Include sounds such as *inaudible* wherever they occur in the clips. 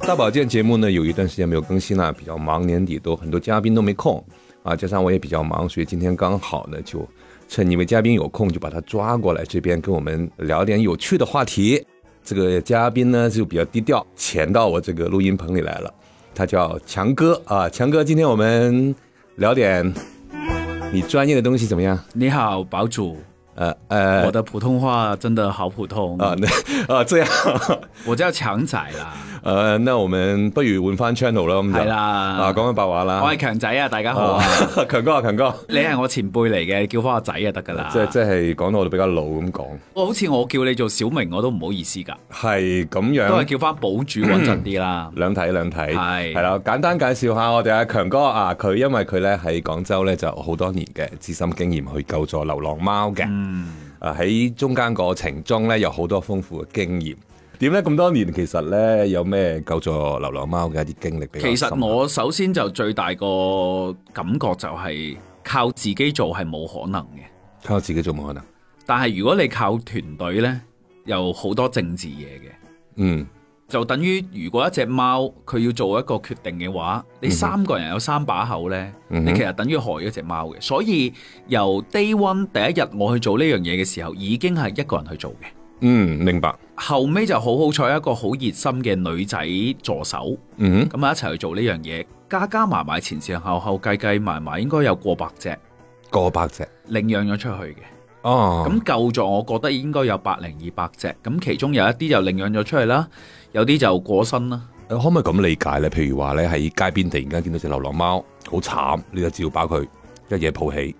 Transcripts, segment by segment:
大保健节目呢，有一段时间没有更新了，比较忙，年底都很多嘉宾都没空啊，加上我也比较忙，所以今天刚好呢，就趁一位嘉宾有空，就把他抓过来这边跟我们聊点有趣的话题。这个嘉宾呢就比较低调，潜到我这个录音棚里来了，他叫强哥啊，强哥，今天我们聊点你专业的东西怎么样？你好，堡主，呃呃我的普通话真的好普通，啊，那啊这样， *laughs* 我叫強仔啦，呃，那我們不如換翻 channel 啦，咁就係啦啊講緊白話啦，我係強仔啊，大家好啊啊， *laughs* 強哥啊，強哥，你係我前輩嚟嘅，叫翻我仔就得噶啦，即係即係講到我哋比較老咁講，我好似我叫你做小明，我都唔好意思噶，係咁都係樣，叫翻堡主穩陣啲啦兩睇兩睇，係係啦，簡單介紹下我哋阿強哥啊，佢因為佢咧喺廣州咧就好多年嘅資深經驗去救助流浪貓嘅，嗯啊喺中間過程中咧有好多豐富嘅經驗。點咧咁多年其實咧有咩救助流浪貓嘅一啲經歷比較其深刻實我首先就最大個感覺就係靠自己做係冇可能嘅，靠自己做冇可能，但係如果你靠團隊呢，有好多政治嘢嘅。嗯。就等於如果一隻貓佢要做一個決定嘅話，你三個人有三把口呢，嗯嗯哼你其實等於害咗只貓嘅。所以由 day one 第一日我去做呢樣嘢嘅時候，已經係一個人去做嘅。嗯，明白。後尾就好好彩，一個好熱心嘅女仔助手，嗯咁啊一齊去做呢樣嘢，加加埋埋前前後後計計埋埋，應該有過百隻哼，過百隻領養咗出去嘅。哦。咁救助我覺得應該有百零二百隻，咁其中有一啲就領養咗出去啦，有啲就過身啦。呃可唔可以咁理解咧？譬如話咧，喺街邊突然間見到只流浪貓，好慘，你就照把佢一嘢抱起，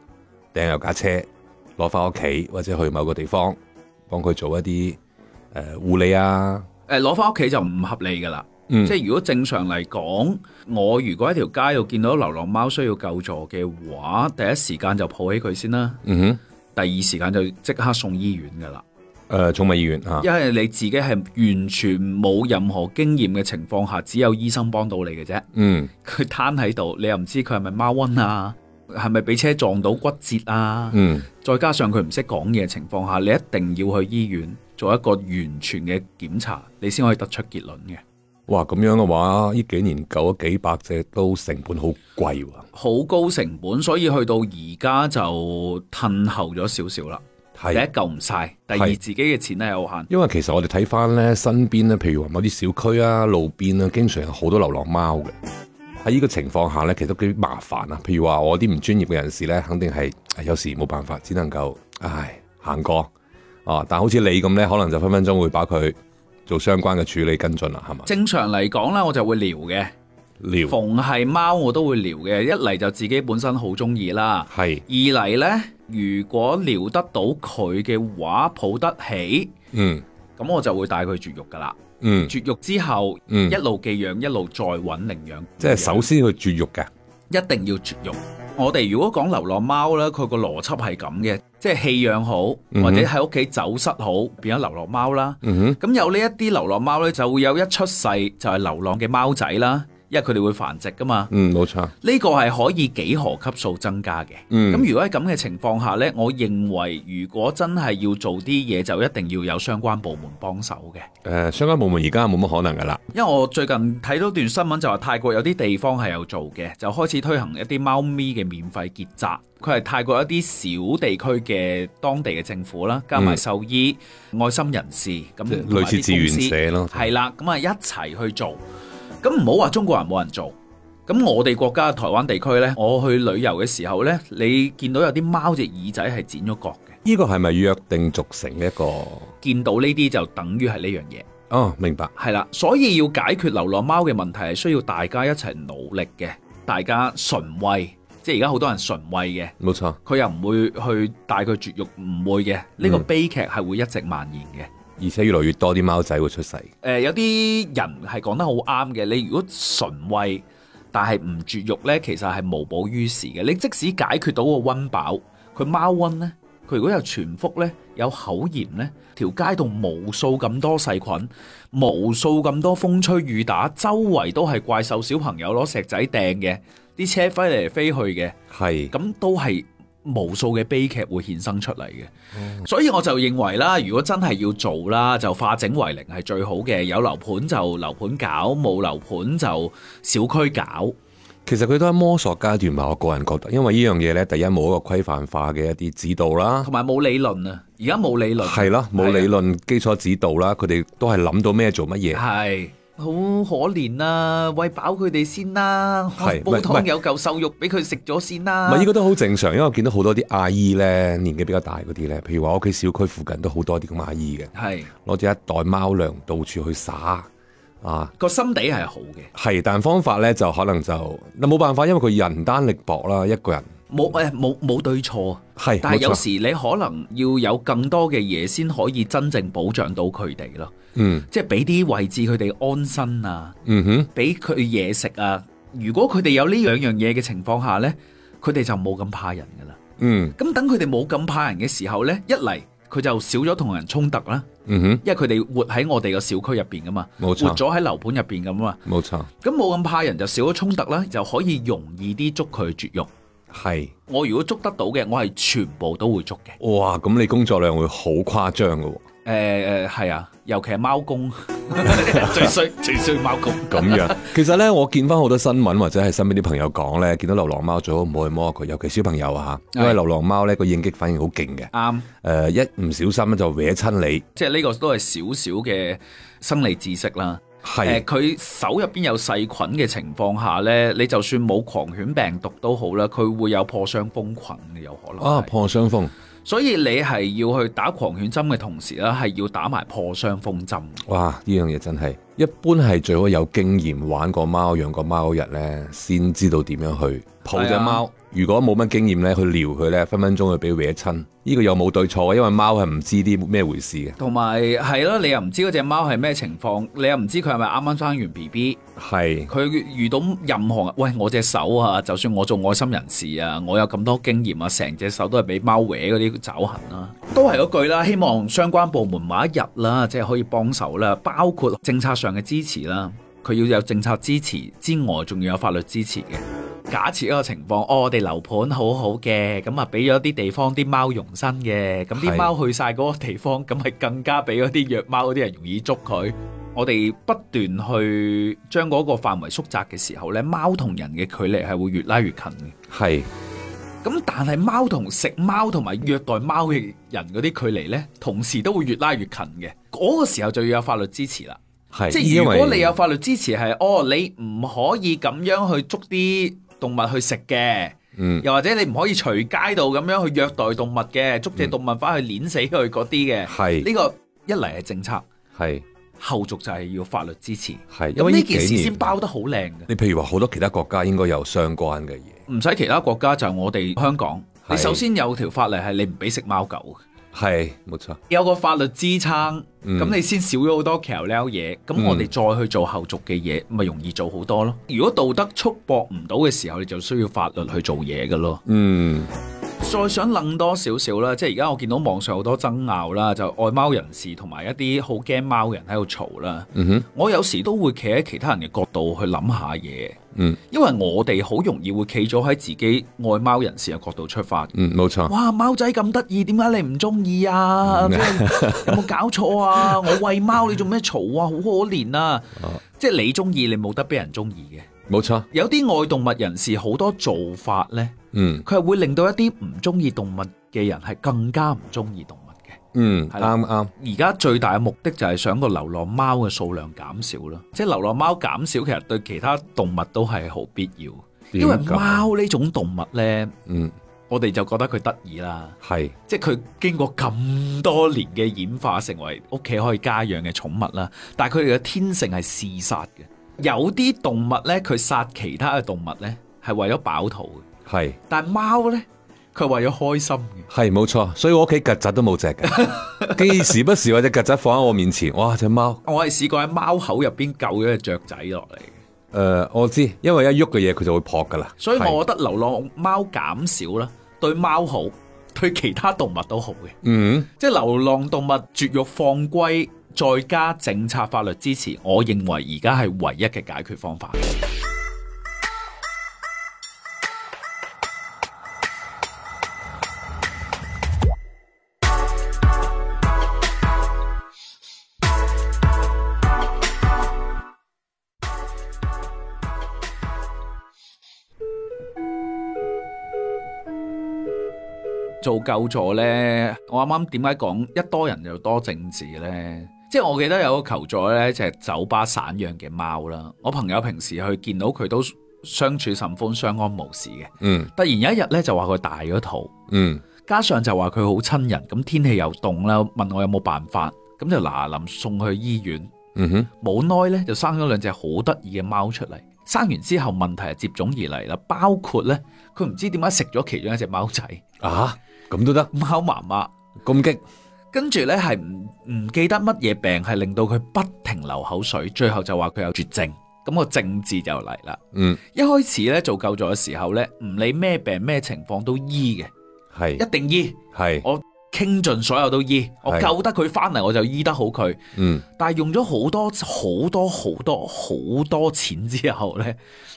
掟入架車，攞翻屋企，或者去某個地方幫佢做一啲誒護理啊。誒呃攞翻屋企就唔合理噶啦。嗯即係如果正常嚟講，我如果喺條街度見到流浪貓需要救助嘅話，第一時間就抱起佢先啦，嗯第二時間就即刻送醫院噶啦。哼，誒、寵物醫院啊，因為你自己係完全冇任何經驗嘅情況下，只有醫生幫到你嘅啫。 *laughs* 嗯佢攤喺度，你又唔知佢係咪貓瘟啊，係咪俾車撞到骨折啊？嗯，再加上佢唔識講嘢嘅情況下，你一定要去醫院做一個完全嘅檢查，你先可以得出結論嘅。哇，咁樣嘅話，呢幾年救咗幾百隻都成本好貴喎。好高成本，所以去到而家就褪後咗少少啦。第一係，救唔晒，第二係自己嘅錢咧有限。因為其實我哋睇翻咧身邊咧，譬如話某啲小區啊、路邊啊，經常有好多流浪貓嘅。喺呢個情況下咧，其實都幾麻煩啊。譬如話我啲唔專業嘅人士咧，肯定係唉有時冇辦法，只能夠唉行過啊。但好似你咁咧，可能就分分鐘會把佢做相關嘅處理跟進啦，係嘛？正常嚟講啦，我就會聊嘅，聊逢係貓我都會聊嘅。一嚟就自己本身好中意啦，係二嚟呢，如果聊得到佢嘅話，抱得起，嗯咁我就會帶佢絕育噶啦。嗯絕育之後，嗯一路寄養，一路再揾領養。即係首先去絕育嘅，一定要絕育。我哋如果講流浪貓咧，佢個邏輯係咁嘅，即係棄養好，嗯哼或者喺屋企走失好，變咗流浪貓啦。嗯咁有呢一啲流浪貓咧，就會有一出世就係流浪嘅貓仔啦，因為佢哋會繁殖噶嘛哼。嗯冇錯，呢個係可以幾何級數增加嘅。嗯咁如果喺咁嘅情況下呢，我認為如果真係要做啲嘢，就一定要有相關部門幫手嘅。誒、相關部門而家冇乜可能噶啦，因為我最近睇到段新聞就話泰國有啲地方係有做嘅，就開始推行一啲貓咪嘅免費結紮。佢係泰國一啲小地區嘅當地嘅政府啦，加埋獸醫、愛心人士咁，即係嗯類似志願社咯，係啦，咁啊一齊去做。咁唔好話中國人冇人做。咁我哋國家台灣地區呢，我去旅遊嘅時候呢，你見到有啲貓隻耳仔係剪咗角嘅，呢個係咪約定俗成嘅一個？見到呢啲就等於係呢樣嘢。哦，明白。係啦，所以要解決流浪貓嘅問題係需要大家一齊努力嘅，大家純餵，即係而家好多人純餵嘅，冇錯，佢又唔會去帶佢絕育，唔會嘅，呢、個嗯悲劇係會一直蔓延嘅。而且越來越多啲貓仔會出世。誒、呃有啲人係講得好啱嘅，你如果純餵但係唔絕育呢，其實係無補於事嘅。你即使解決到個温飽，佢貓瘟呢，佢如果有全腹呢，有口炎呢，條街度無數咁多細菌，無數咁多風吹雨打，周圍都係怪獸小朋友攞石仔掟嘅，啲車飛嚟飛去嘅，係，咁都係無數嘅悲劇會衍生出嚟嘅。所以我就認為啦，如果真係要做啦，就化整為零係最好嘅。有樓盤就樓盤搞，冇樓盤就小區搞。其實佢都喺摸索階段吧，我個人覺得，因為呢樣嘢呢，第一冇一個規範化嘅一啲指導啦同，埋冇理論啊！而家冇理論，係啦，冇理論基礎指導啦，佢哋都係諗到咩做乜嘢。係好可憐啊！喂飽佢哋先啦，係煲唔係唔湯係有嚿瘦肉俾佢食咗先啦。唔係，依個都好正常，因為我見到好多啲阿姨呢，年紀比較大嗰啲呢，譬如話我屋企小區附近都好多啲咁阿姨嘅，係攞住一袋貓糧到處去撒啊！個心地係好嘅，係，但方法呢，就可能就嗱冇辦法，因為佢人單力薄啦，一個人冇誒冇冇對錯，係。但係冇有錯時你可能要有更多嘅嘢先可以真正保障到佢哋咯，嗯即係俾啲位置佢哋安身啊，嗯哼，俾佢嘢食啊。如果佢哋有呢兩樣嘢嘅情況下呢，佢哋就冇咁怕人噶啦。嗯咁等佢哋冇咁怕人嘅時候呢，一嚟佢就少咗同人衝突啦，嗯哼，因為佢哋活喺我哋個小區入邊噶嘛，冇活錯咗喺樓盤入邊咁啊嘛，冇錯，咁冇咁怕人就少咗衝突啦，就可以容易啲捉佢絕育。係。我如果捉得到嘅，我係全部都會捉嘅。哇！咁你工作量會好誇張 *laughs* 嘅喎，誒誒係啊，尤其係貓公 *laughs* 最衰最衰貓公。咁樣。其實呢，我見翻好多新聞或者係身邊啲朋友講呢，見到流浪貓最好唔好去摸佢，尤其小朋友啊嚇，因為係流浪貓呢個應激反應好勁嘅，誒、啱，一唔小心咧就搲親你，即係呢個都係少少嘅生理知識啦。係誒，佢、手入邊有細菌嘅情況下呢，你就算冇狂犬病毒都好啦，佢會有破傷風菌嘅有可能係。啊破傷風，所以你係要去打狂犬針嘅同時咧，係要打埋破傷風針。哇！呢樣嘢真係一般係最好有經驗玩過貓、養過貓嘅人呢，先知道點樣去抱係只啊貓。如果冇乜經驗呢，去撩佢呢，分分鐘佢俾搲親。呢個又冇對錯，因為貓係唔知啲咩回事嘅，同埋係咯，你又唔知嗰只貓係咩情況，你又唔知佢係咪啱啱生完 B B，係佢遇到任何喂我隻手啊，就算我做愛心人士啊，我有咁多經驗啊，成隻手都係俾貓搲嗰啲爪痕啦、都係嗰句啦，希望相關部門某一日啦，即係可以幫手啦，包括政策上嘅支持啦，佢要有政策支持之外，仲要有法律支持嘅。假設一個情況，哦，我哋樓盤好好嘅，咁啊俾咗啲地方啲貓容身嘅，咁啲係貓去晒嗰個地方，咁咪更加俾嗰啲虐貓嗰啲人容易捉佢。我哋不斷去將嗰個範圍縮窄嘅時候呢，貓同人嘅距離係會越拉越近嘅。係。咁但係貓同食貓同埋虐待貓嘅人嗰啲距離呢，同時都會越拉越近嘅。嗰、個時候就要有法律支持啦。係，即係如因果為你有法律支持係，哦，你唔可以咁樣去捉啲動物去食嘅，嗯又或者你唔可以隨街度咁樣去虐待動物嘅，捉只動物翻去碾死佢嗰啲嘅。嗯係呢個一嚟係政策，係後續就係要法律支持。係，因咁為呢呢件幾事先年，包得好靚嘅。你譬如話好多其他國家應該有相關嘅嘢，唔使其他國家，就係我哋香港。你係首先有條法例係你唔俾食貓狗，係冇錯，有個法律支撐，咁、嗯你先少咗好多橋撩嘢。咁我哋再去做後續嘅嘢，咪容易做好多咯。如果道德束縛唔到嘅時候，你就需要法律去做嘢噶咯。嗯再想楞多少少啦，即係而家我見到網上好多爭拗啦，就愛貓人士同埋一啲好驚貓嘅人喺度嘈啦。嗯哼，我有時都會企喺其他人嘅角度去諗下嘢，嗯因為我哋好容易會企咗喺自己愛貓人士嘅角度出發。嗯冇錯，哇！貓仔咁得意，點解你唔中意嗯啊？即係 *laughs* 有冇搞錯啊？我喂貓，你做咩嘈啊？好可憐啊！哦即係你中意，你冇得俾人中意嘅。冇錯，有啲愛動物人士好多做法呢，嗯佢係會令到一啲唔中意動物嘅人係更加唔中意動物嘅。嗯係啦啱啱，而家最大嘅目的就係想個流浪貓嘅數量減少啦，即係流浪貓減少，其實對其他動物都係好必要，因為點解貓呢種動物呢，嗯我哋就覺得佢得意啦，係即係佢經過咁多年嘅演化，成為屋企可以家養嘅寵物啦。但係佢哋嘅天性係嗜殺嘅，有啲動物呢，佢殺其他嘅動物呢，係為咗飽肚嘅，係但係貓呢，佢係為咗開心嘅。係冇錯，所以我屋企曱甴都冇隻嘅，幾時不時有隻曱甴放喺我面前，哇只貓，我係試過喺貓口入邊救咗只雀仔落嚟嘅。誒呃我知，因為一喐嘅嘢佢就會撲噶啦，所以係我覺得流浪貓減少啦，對貓好，對其他動物都好嘅。嗯即係流浪動物絕育放歸，再加政策法律支持，我認為而家係唯一嘅解決方法。做夠咗呢，我啱啱點解講一多人就多政治呢？即係我記得有個求助呢，就係、酒吧散養嘅貓啦。我朋友平時去見到佢都相處甚歡，相安無事嘅。嗯突然有一日呢，就話佢大咗肚，嗯加上就話佢好親人，咁天氣又凍啦，問我有冇辦法，咁就嗱嗱臨送去醫院。嗯哼，冇耐呢，就生咗兩隻好得意嘅貓出嚟。生完之後問題係接踵而嚟啦，包括呢，佢唔知點解食咗其中一隻貓仔 *laughs* 啊咁都得，貓媽媽，咁激，跟住呢，係唔唔記得乜嘢病係令到佢不停流口水，最後就話佢有絕症。咁個症字就嚟啦。嗯一開始呢，做夠咗嘅時候呢，唔理咩病咩情況都醫嘅，係一定醫，係，傾盡所有都醫。我係救得佢翻嚟，我就醫得好佢。嗯但係用咗好多好多好多好多錢之後呢，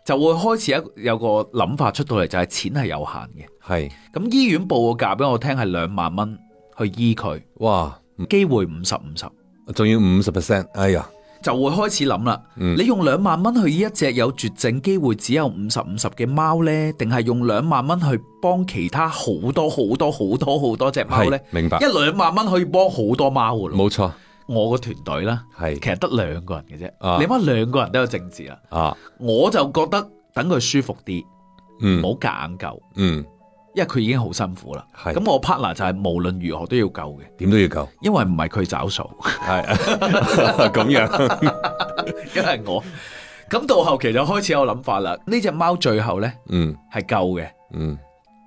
就會開始一有個諗法出到嚟，就係錢係有限嘅。係，咁醫院報個價俾我聽係兩萬蚊去醫佢，哇，機會五十五十，仲要五十 percent，哎呀，就會開始諗啦。嗯你用兩萬蚊去醫一隻有絕症機會只有五十五十嘅貓呢？定係用兩萬蚊去幫其他好多好多好多好多隻貓呢係？明白一，兩萬蚊可以幫好多貓㗎咯。冇錯，我個團隊啦。其係實得兩個人嘅啫，啊你乜兩個人都有政治啦，啊，我就覺得等佢舒服啲，唔嗯好夾硬救，嗯，因為佢已經好辛苦啦。係咁我 partner 就係無論如何都要救 *laughs* 嘅，點都要救，因為唔係佢找數，係 *laughs* 咁樣，因為我。咁到後期就開始有諗法啦。呢只貓最後呢嗯係救嘅，嗯，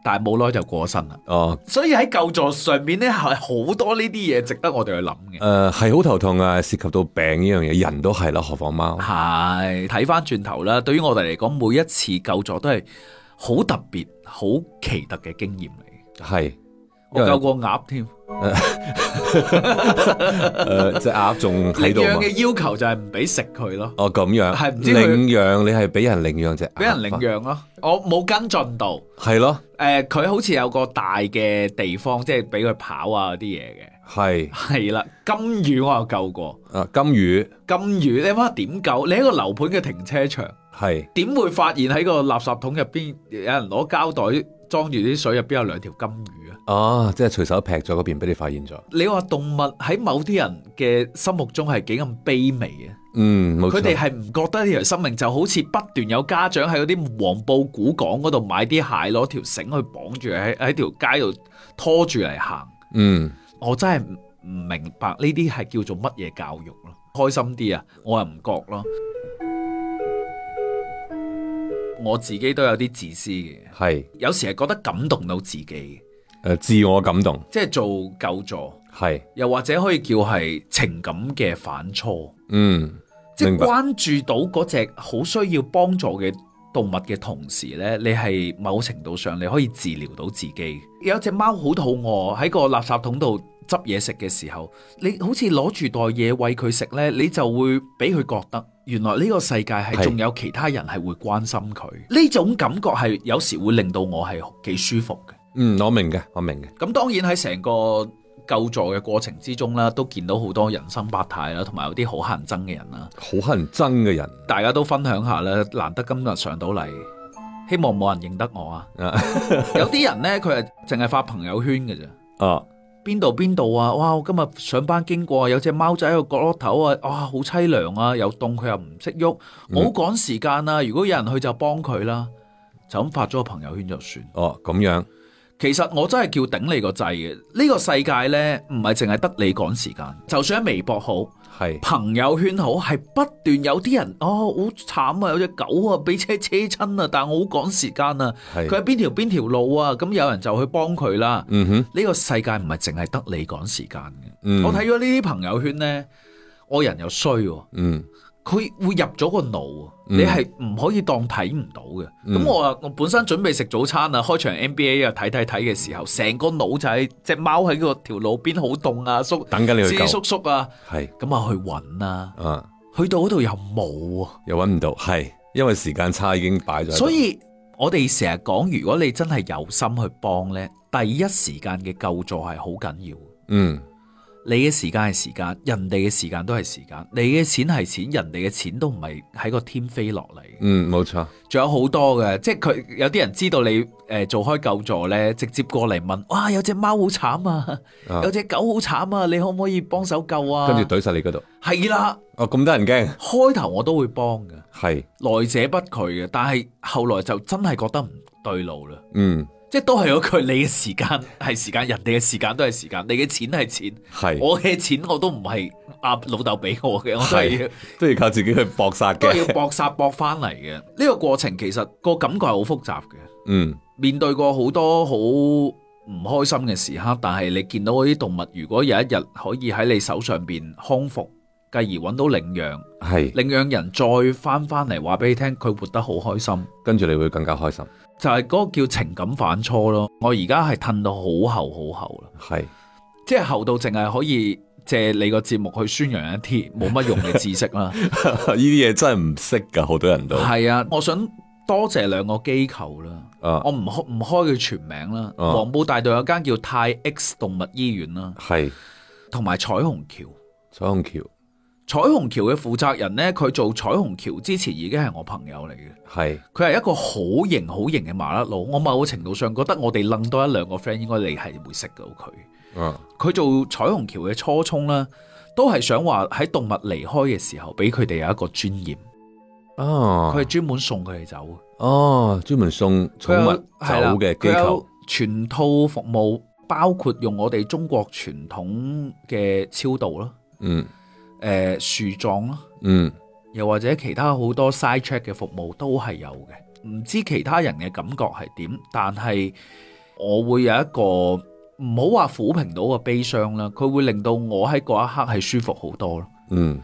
但係冇耐就過身啦。哦。所以喺救助上面呢，係好多呢啲嘢值得我哋去諗嘅。誒係好頭痛啊！涉及到病呢樣嘢，人都係啦，何況貓？係睇翻轉頭啦，對於我哋嚟講，每一次救助都係好特別、好奇特嘅經驗嚟。係我因為救過鴨添，誒只鴨仲領喺度養嘛？嘅要求就係唔俾食佢咯，哦咁樣，係唔知佢領養你係俾人領養只，啊俾人領，養咯。我冇跟進到，誒、係咯，佢好似有個大嘅地方，即係俾佢跑啊嗰啲嘢嘅。係係啦，金魚我有救過，啊金魚金魚你諗下點救？你喺個樓盤嘅停車場，係點會發現喺個垃圾桶入邊有人攞膠袋裝住啲水，入邊有兩條金魚啊？哦，即係隨手劈咗嗰邊俾你發現咗，你話動物喺某啲人嘅心目中係幾咁卑微嘅？嗯冇佢錯，哋係唔覺得呢條生命就好似不斷有家長喺嗰啲黃埔古港嗰度買啲蟹，攞條繩去綁住喺喺條街度拖住嚟行。嗯我真係唔唔明白呢啲係叫做乜嘢教育咯？開心啲啊，我又唔覺咯。我自己都有啲自私嘅，係有時係覺得感動到自己嘅，誒自我感動即係做救助，係又或者可以叫係情感嘅反芻。嗯即係明白關注到嗰只好需要幫助嘅動物嘅同時呢，你係某程度上你可以治療到自己。有一隻貓好肚餓喺個垃圾桶度執嘢食嘅時候，你好似攞住袋嘢餵佢食呢，你就會俾佢覺得原來呢個世界係係仲有其他人係會關心佢。呢種感覺係有時會令到我係幾舒服嘅。嗯我明嘅，我明嘅，咁當然喺成個救助嘅過程之中啦，都見到好多人生百態啦，同埋有啲好乞人憎嘅人啦。好乞人憎嘅人大家都分享下啦，難得今日上到嚟，希望冇人認得我啊！啊有啲人呢，佢係淨係發朋友圈嘅啫，啊邊度邊度啊！哇！我今日上班經過，啊有隻貓仔喺個角落頭啊！哇，好凄涼啊！又凍，佢又唔識喐，我好趕時間啊！如果有人去就幫佢啦，就咁發咗個朋友圈就算。哦咁樣其實我真係叫頂你個掣嘅，呢、個世界呢，唔係淨係得你趕時間，就算喺微博好。係朋友圈好係不斷有啲人哦，好慘啊！有隻狗啊，俾車車親啊，但我好趕時間啊。係佢喺邊條邊條路啊？咁有人就去幫佢啦。嗯哼呢、個世界唔係淨係得你趕時間嘅。嗯我睇咗呢啲朋友圈呢，我人又衰喎，嗯佢會入咗個腦啊，嗯你係唔可以當睇唔到嘅。咁、嗯我啊，我本身準備食早餐啊，開場 NBA 啊，睇睇睇嘅時候，成個腦就係只貓喺個條路邊好凍啊，叔，等緊你去支救叔叔啊，係咁啊去揾啦、啊。啊。去到嗰度又冇啊，又揾唔到，係因為時間差已經擺咗喺度。所以我哋成日講，如果你真係有心去幫呢，第一時間嘅救助係好緊要。嗯你嘅時間係時間，人哋嘅時間都係時間，你嘅錢係錢，人哋嘅錢都唔係喺個天飛落嚟嘅。嗯，冇錯，仲有好多嘅，即係佢有啲人知道你誒、呃做開救助咧，直接過嚟問：哇，有隻貓好慘啊，啊有隻狗好慘啊，你可唔可以幫手救啊？跟住懟晒你嗰度。係啦，哦，咁得人驚，開頭我都會幫嘅，係，來者不拒嘅，但係後來就真係覺得唔對路啦。 *laughs* 嗯，即係都係嗰句，你嘅時間 *laughs* 係時間，人哋嘅時間都係時間，你嘅錢係錢，係，我嘅錢我都唔係阿老豆俾我嘅，我都係要係 *laughs* 都要靠自己去搏殺都係要嘅。搏殺搏翻嚟嘅。呢、個過程其實個感覺係好複雜嘅。 *laughs* 嗯，面對過好多好唔開心嘅時刻，但係你見到嗰啲動物，如果有一日可以喺你手上邊康復，繼而揾到領養，係，領養人再翻翻嚟話俾你聽，佢活得好開心，跟住你會更加開心。就係、嗰個叫情感反芻咯。我而家係褪到好厚好厚啦，係， *laughs* 即係厚到淨係可以借你個節目去宣揚一啲冇乜用嘅知識啦。呢啲嘢真係唔識噶，好多人都。係啊，我想多謝兩個機構啦。啊我，唔開唔開佢全名啦，啊黃埔大道有間叫泰 X 動物醫院啦，係，同埋彩虹橋。彩虹橋，彩虹橋嘅負責人呢，佢做彩虹橋之前已經係我朋友嚟嘅，係，佢係一個好型好型嘅麻甩佬。我某程度上覺得我哋楞多一兩個 friend 應該你係會識到佢。啊，佢做彩虹橋嘅初衷啦，都係想話喺動物離開嘅時候，俾佢哋有一個尊嚴。哦，佢係專門送佢哋走嘅。哦，專門送寵物走係啦嘅機佢構有，全套服務，包括用我哋中國傳統嘅超度啦，嗯誒、樹葬啦，嗯，又或者其他好多 side check 嘅服務都係有嘅。唔知其他人嘅感覺係點，但係我會有一個唔好話撫平到個悲傷啦，佢會令到我喺嗰一刻係舒服好多咯。嗯，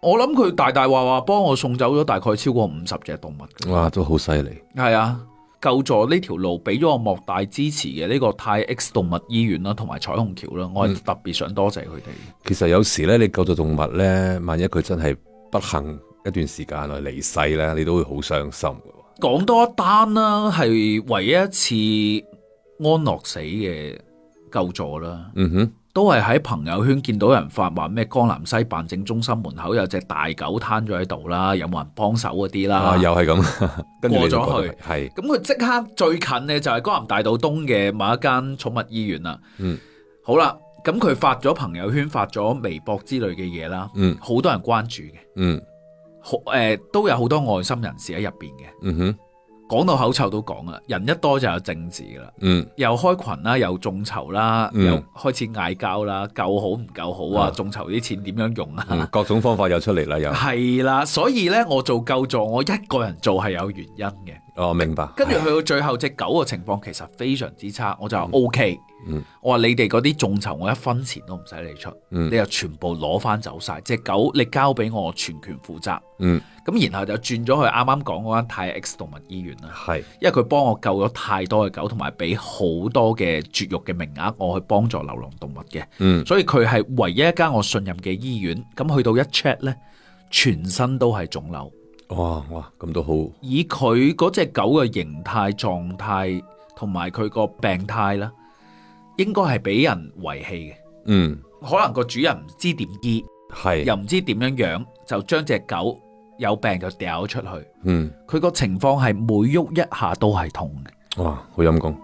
我諗佢大大話話幫我送走咗大概超過五十隻動物。哇，都好犀利，系啊，救助呢條路俾咗我莫大支持嘅呢個泰 X 動物醫院啦，同埋彩虹橋啦，我係特別想多謝佢哋。其實有時咧，你救助動物咧，萬一佢真係不幸一段時間內離世咧，你都會好傷心嘅。講多一單啦，係唯一一次安樂死嘅救助啦，嗯哼，都係喺朋友圈見到人發話咩江南西辦證中心門口有隻大狗攤咗喺度啦，有冇人幫手嗰啲啦啊，？又係 *laughs* 咁，跟住你就過咗覺得係，咁佢即刻最近呢，就係江南大道東嘅某一間寵物醫院啦。嗯，好啦，咁佢發咗朋友圈、發咗微博之類嘅嘢啦，嗯好多人關注嘅，嗯好誒、呃都有好多愛心人士喺入邊嘅。嗯哼，講到口臭都講啦，人一多就有政治㗎啦，嗯又開群啦，又眾籌啦，嗯又開始嗌交啦，夠好唔夠好啊？啊眾籌啲錢點樣用啊？嗯，各種方法又出嚟 *laughs* 啦，又，係啦，所以呢，我做救助，我一個人做係有原因嘅。哦，明白，跟住去到最後，只狗嘅情況其實非常之差，我就話 O K，嗯我話你哋嗰啲眾籌，我一分錢都唔使你出，嗯你又全部攞翻走晒。只狗你交俾我，我全權負責。嗯，咁然後就轉咗去啱啱講嗰間泰 X 動物醫院啦，係，因為佢幫我救咗太多嘅狗，同埋俾好多嘅絕育嘅名額我去幫助流浪動物嘅，嗯所以佢係唯一一間我信任嘅醫院。咁去到一 check 呢，全身都係腫瘤。哇哇，咁都好，以佢嗰只狗嘅形態、狀態同埋佢個病態啦，應該係俾人遺棄嘅。嗯，可能個主人唔知點醫，係，又唔知點樣養，就將只狗有病就掉咗出去。嗯，佢個情況係每喐一下都係痛嘅。哇，好陰功，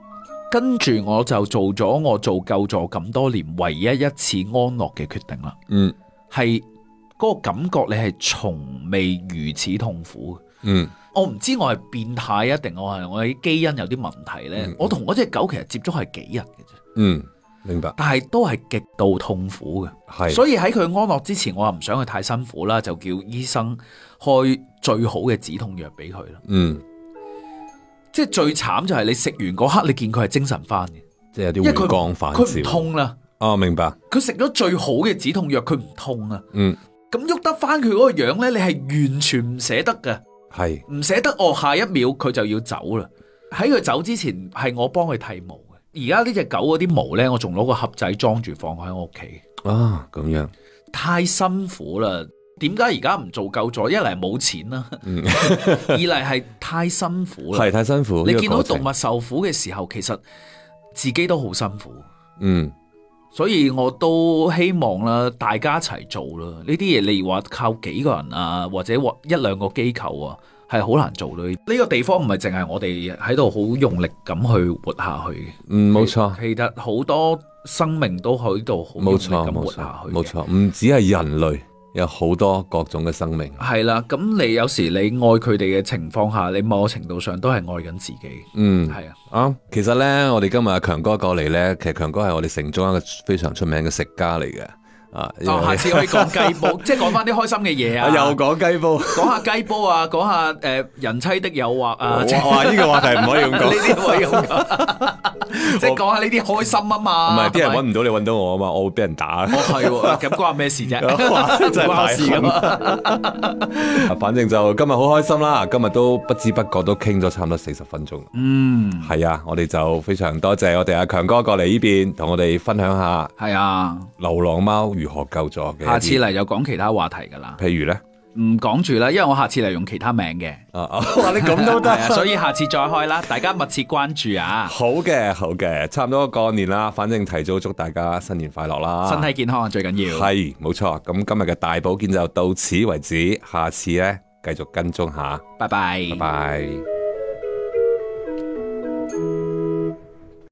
跟住我就做咗我做救助咁多年唯一一次安樂嘅決定啦，嗯係嗰、個感覺你係從未如此痛苦嘅。嗯我唔知我係變態啊，定我係我啲基因有啲問題呢。我同嗰只狗其實接觸係幾日嘅啫，嗯，明白，但係都係極度痛苦嘅。係，所以喺佢安樂之前，我又唔想佢太辛苦啦，就叫醫生開最好嘅止痛藥俾佢啦。嗯，即係最慘就係你食完嗰刻，你見佢係精神翻嘅，即係有因為啲回佢光返佢唔照，痛啦。哦，明白，佢食咗最好嘅止痛藥，佢唔痛啊。嗯，咁喐得翻佢嗰個樣呢，你係完全唔捨得嘅。係，唔捨得哦，下一秒佢就要走啦。喺佢走之前，係我幫佢剃毛嘅。而家呢只狗嗰啲毛呢，我仲攞個盒仔裝住放喺我屋企，啊，咁樣，太辛苦啦。點解而家唔做救助？一嚟冇錢啦， *laughs* 二嚟係太辛苦啦嗯係。太辛苦，呢你個見到過程動物受苦嘅時候，其實自己都好辛苦。嗯，所以我都希望啦，大家一齊做啦。呢啲嘢你話靠幾個人啊，或者或一兩個機構啊，係好難做到。呢、個地方唔係淨係我哋喺度好用力咁去活下去嘅。嗯，冇錯，其實好多生命都喺度好用力冇錯，咁冇活下錯，去嘅。冇錯，唔止係人類，有好多各種嘅生命。係啦，咁你有時你愛佢哋嘅情況下，你某程度上都係愛緊自己。嗯，係啊，啱。其實呢，我哋今日阿強哥過嚟呢，其實強哥係我哋城中一個非常出名嘅食家嚟嘅。啊，因為哦，下次可以講雞 *laughs* 煲，即係講翻啲開心嘅嘢啊。又講雞煲，講下雞煲啊，講下诶、呃人妻的誘惑啊，即係哇！呢個話題唔可以咁呢講。啲 *laughs* 可以咁講，即係講下呢啲開心啊唔嘛。係啲人係揾咪唔到你揾到我啊嘛，我會俾人打。哦係喎，咁 *laughs* 關我咩事啫？哇 *laughs* 真係唔關我事噶嘛。 *laughs* 啊反正就今日好開心啦，今日都不知不覺都傾咗差唔多四十分鐘。嗯，係啊，我哋就非常多謝我哋阿強哥過嚟呢邊，同我哋分享下係啊，流浪貓如何救助嘅一啲。下次嚟又講其他話題㗎啦，譬如咧，唔講住啦，因為我下次嚟用其他名嘅。啊啊， *laughs* 哇！你咁都得係啊，所以下次再開啦，大家密切關注啊，好嘅，好嘅，差唔多過年啦，反正提早祝大家新年快樂啦，身體健康啊最緊要。係冇錯。咁今日嘅大保健就到此為止，下次咧繼續跟蹤下，拜拜拜。拜。